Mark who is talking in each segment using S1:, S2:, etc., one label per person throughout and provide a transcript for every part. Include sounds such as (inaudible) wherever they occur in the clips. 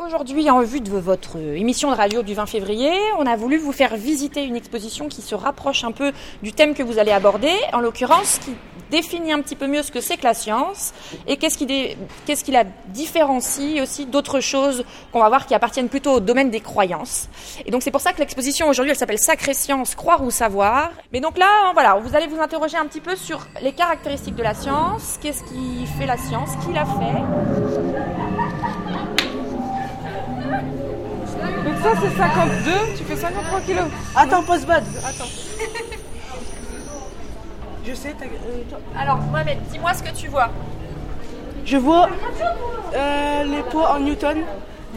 S1: Aujourd'hui, en vue de votre émission de radio du 20 février, on a voulu vous faire visiter une exposition qui se rapproche un peu du thème que vous allez aborder, en l'occurrence qui définit un petit peu mieux ce que c'est que la science et qu'est-ce qui, dé- qu'est-ce qui la différencie aussi d'autres choses qu'on va voir qui appartiennent plutôt au domaine des croyances. Et donc c'est pour ça que l'exposition aujourd'hui elle s'appelle Sacrée Science, croire ou savoir. Mais donc là, hein, voilà, vous allez vous interroger un petit peu sur les caractéristiques de la science, qu'est-ce qui fait la science, qui l'a fait.
S2: Donc ça c'est 52, tu fais 53 kilos.
S3: Attends, pause bad. Attends. (laughs) Je sais, t'as- euh, toi-
S1: Alors Mohamed, dis-moi ce que tu vois.
S3: je vois euh, les poids en Newton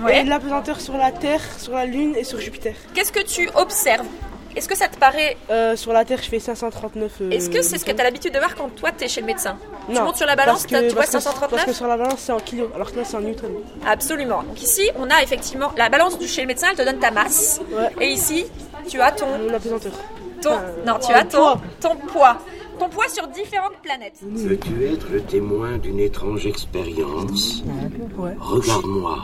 S1: Ouais.
S3: et la pesanteur sur la Terre, sur la Lune et sur Jupiter.
S1: Qu'est-ce que tu observes Est-ce que ça te paraît
S3: Euh, sur la Terre, je fais 539. euh,
S1: Est-ce que c'est ce que
S3: Newton.
S1: tu as l'habitude de voir quand toi tu es chez le médecin Tu
S3: Non,
S1: montes sur la balance,
S3: parce
S1: t'as-
S3: que-
S1: tu vois
S3: parce que- Parce que
S1: 539
S3: sur la balance, c'est en kilos, alors que là, c'est en Newton.
S1: Absolument. Donc ici, on a effectivement la balance du chez le médecin, elle te donne ta masse.
S3: Ouais.
S1: Et ici, tu as ton
S3: euh, La pesanteur.
S1: ton
S3: Euh,
S1: non, tu
S3: le
S1: as ton
S3: poids.
S1: ton poids. Ton poids sur différentes planètes.
S4: Veux-tu être le témoin d'une étrange expérience
S3: Ouais.
S4: Regarde-moi.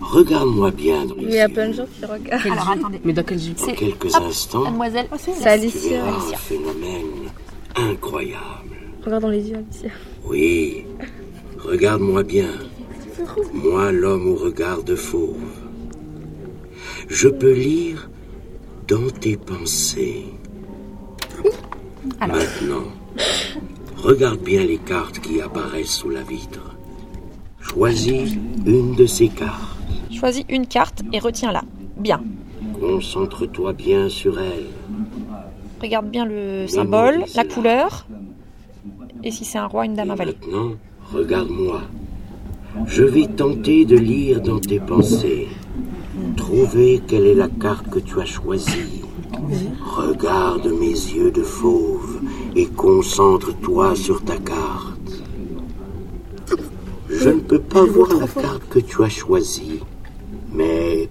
S4: Regarde-moi bien dans les
S5: Il y a
S4: yeux.
S5: plein de gens qui regardent.
S6: Mais dans quel gym
S4: En quelques instants,
S1: Mademoiselle,
S5: C'est
S4: tu
S5: Alicia.
S4: verras un phénomène incroyable.
S5: Regarde dans les yeux, Alicia.
S4: Oui, regarde-moi bien. Moi, l'homme au regard de fauve. Je peux lire dans tes pensées. Maintenant, regarde bien les cartes qui apparaissent sous la vitre. Choisis une de ces cartes.
S1: choisis une carte et retiens-la. Bien.
S4: Concentre-toi bien sur elle.
S1: Regarde bien le
S4: symbole, la c'est là.
S1: couleur. Et si c'est un roi, une dame
S4: Et Eh maintenant, regarde-moi. Je vais tenter de lire dans tes pensées. Trouver quelle est la carte que tu as choisie. Regarde mes yeux de fauve et concentre-toi sur ta carte. Je ne peux pas voir la carte que tu as choisie, mais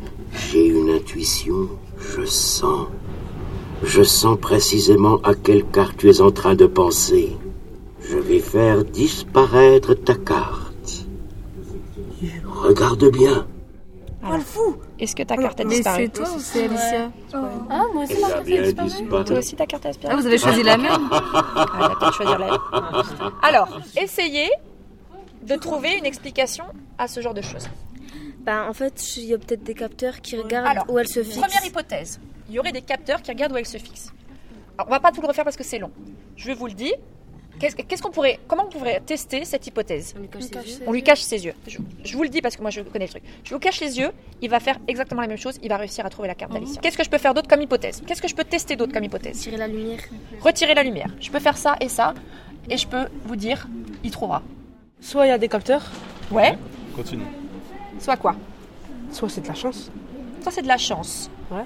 S4: j'ai une intuition, je sens. Je sens précisément à quelle carte tu es en train de penser. Je vais faire disparaître ta carte. Regarde bien.
S1: Est-ce que ta carte a
S6: Mais c'est toi ou c'est Alicia
S7: Ah, moi aussi,
S4: Elle a bien disparu.
S1: aussi ta carte a disparu
S6: Ah, vous avez choisi la même
S1: Ah, elle a peut-être choisi la- Alors, essayez de trouver une explication à ce genre de choses.
S7: Bah, en fait, il y a peut-être des capteurs qui regardent
S1: Alors,
S7: où elle se fixe.
S1: Première hypothèse, il y aurait des capteurs qui regardent où elle se fixe. Alors, on va pas tout le refaire parce que c'est long. Je vous le dis. Qu'est-ce qu'est-ce qu'on pourrait, comment on pourrait tester cette hypothèse On lui cache ses yeux. Je, je vous le dis parce que moi je connais le truc. Je vous cache les yeux, il va faire exactement la même chose, il va réussir à trouver la carte d'Alicia. Qu'est-ce que je peux faire d'autre comme hypothèse Qu'est-ce que je peux tester d'autre comme hypothèse
S7: Tirer la lumière.
S1: Retirer la lumière. Je peux faire ça et ça, et je peux vous dire, il trouvera.
S3: Soit il y a des capteurs,
S1: Ouais,
S8: Continue.
S1: soit quoi
S3: soit c'est de la chance.
S1: Ça, c'est de la chance.
S3: Ouais.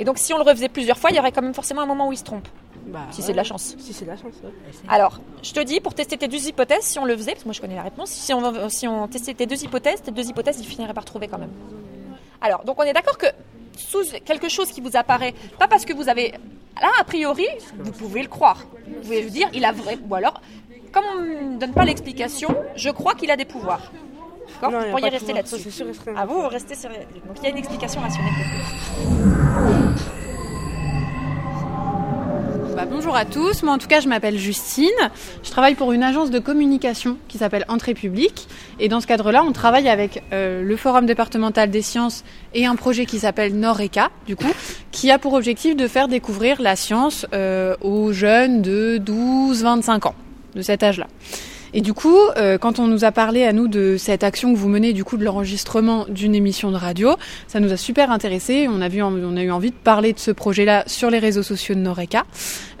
S1: Et donc, si on le refaisait plusieurs fois, il y aurait quand même forcément un moment où il se trompe,
S3: Bah,
S1: si c'est de la chance.
S3: Si c'est de la chance, ouais.
S1: Alors, je te dis, pour tester tes deux hypothèses, si on le faisait, parce que moi je connais la réponse, si on, si on testait tes deux hypothèses, tes deux hypothèses, ils finiraient par trouver quand même. Alors, donc on est d'accord que sous quelque chose qui vous apparaît, pas parce que vous avez. Là, a priori, vous pouvez le croire. Vous pouvez vous dire, il a vrai. Ou alors, comme on ne donne pas l'explication, je crois qu'il a des pouvoirs. D'accord
S3: Non, il y
S1: Vous
S3: a
S1: pourriez
S3: pas de
S1: rester
S3: pouvoir,
S1: là-dessus.
S3: ça, c'est sûr et certain.
S1: À vous, restez sur. Donc il y a une explication rationnelle.
S9: Bah, bonjour à tous, moi en tout cas je m'appelle Justine, je travaille pour une agence de communication qui s'appelle Entrée Publique et dans ce cadre-là on travaille avec euh, le Forum départemental des sciences et un projet qui s'appelle Noreca du coup qui a pour objectif de faire découvrir la science euh, aux jeunes de 12-25 ans de cet âge-là. Et du coup, euh, quand on nous a parlé à nous de cette action que vous menez, du coup, de l'enregistrement d'une émission de radio, ça nous a super intéressés. On a, vu, on a eu envie de parler de ce projet-là sur les réseaux sociaux de Noreca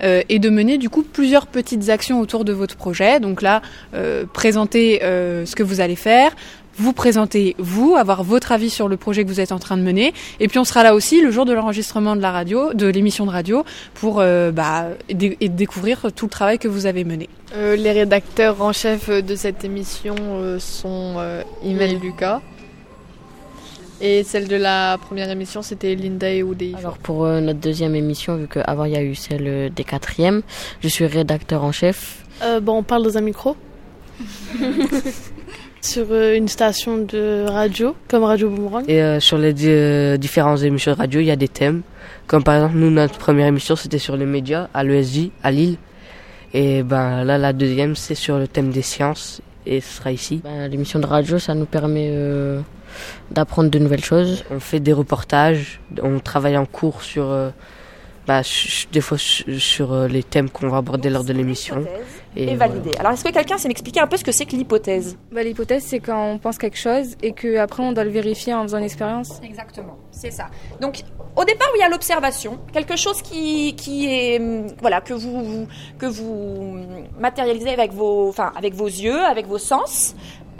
S9: euh, et de mener du coup plusieurs petites actions autour de votre projet. Donc là, euh, présenter euh, ce que vous allez faire, vous présenter vous, avoir votre avis sur le projet que vous êtes en train de mener. Et puis on sera là aussi le jour de l'enregistrement de la radio, de l'émission de radio, pour euh, bah, dé- et découvrir tout le travail que vous avez mené.
S5: Euh, les rédacteurs en chef de cette émission euh, sont euh, Imel Lucas. Et celle de la première émission, c'était Linda et Oudéi.
S6: Alors pour euh, notre deuxième émission, vu qu'avant il y a eu celle euh, des quatrièmes,
S3: Euh,
S6: je suis rédacteur en chef.
S7: bon, on parle dans un micro.
S3: sur euh, une station de radio, comme Radio Boomerang.
S6: Et euh, sur les di- différentes émissions de radio, il y a des thèmes. Comme par exemple, nous, notre première émission, c'était sur les médias, à l'ESJ, à Lille. Et ben là, la deuxième, c'est sur le thème des sciences. Et ce sera ici. Ben, L'émission de radio, ça nous permet euh, d'apprendre de nouvelles choses. On fait des reportages, on travaille en cours sur, euh, bah, su- des fois su- sur euh, les thèmes qu'on va aborder lors de l'émission.
S1: Hypothèse
S6: Et
S1: Et
S6: voilà.
S1: valider. Alors, est-ce que quelqu'un sait m'expliquer un peu ce que c'est que l'hypothèse
S8: Bah, L'hypothèse, c'est quand on pense quelque chose et qu'après, on doit le vérifier en faisant une expérience.
S1: Exactement, c'est ça. Donc, au départ, il y a l'observation, quelque chose qui, qui est, hum, voilà, que vous, vous- que vous hum, matérialisez avec vos, enfin, avec vos yeux, avec vos sens.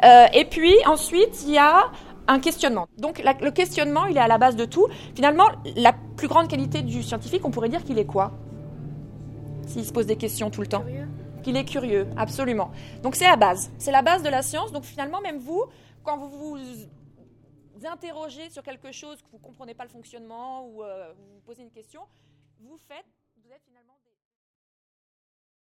S1: Euh, et puis, ensuite, il y a un questionnement. Donc, la- le questionnement, il est à la base de tout. Finalement, la plus grande qualité du scientifique, on pourrait dire qu'il est quoi S'il se pose des questions tout le temps Qu'il est curieux, absolument. Donc, c'est la base. C'est la base de la science. Donc, finalement, même vous, quand vous vous vous interrogez sur quelque chose que vous ne comprenez pas le fonctionnement ou euh, vous vous posez une question, vous faites, vous êtes finalement des-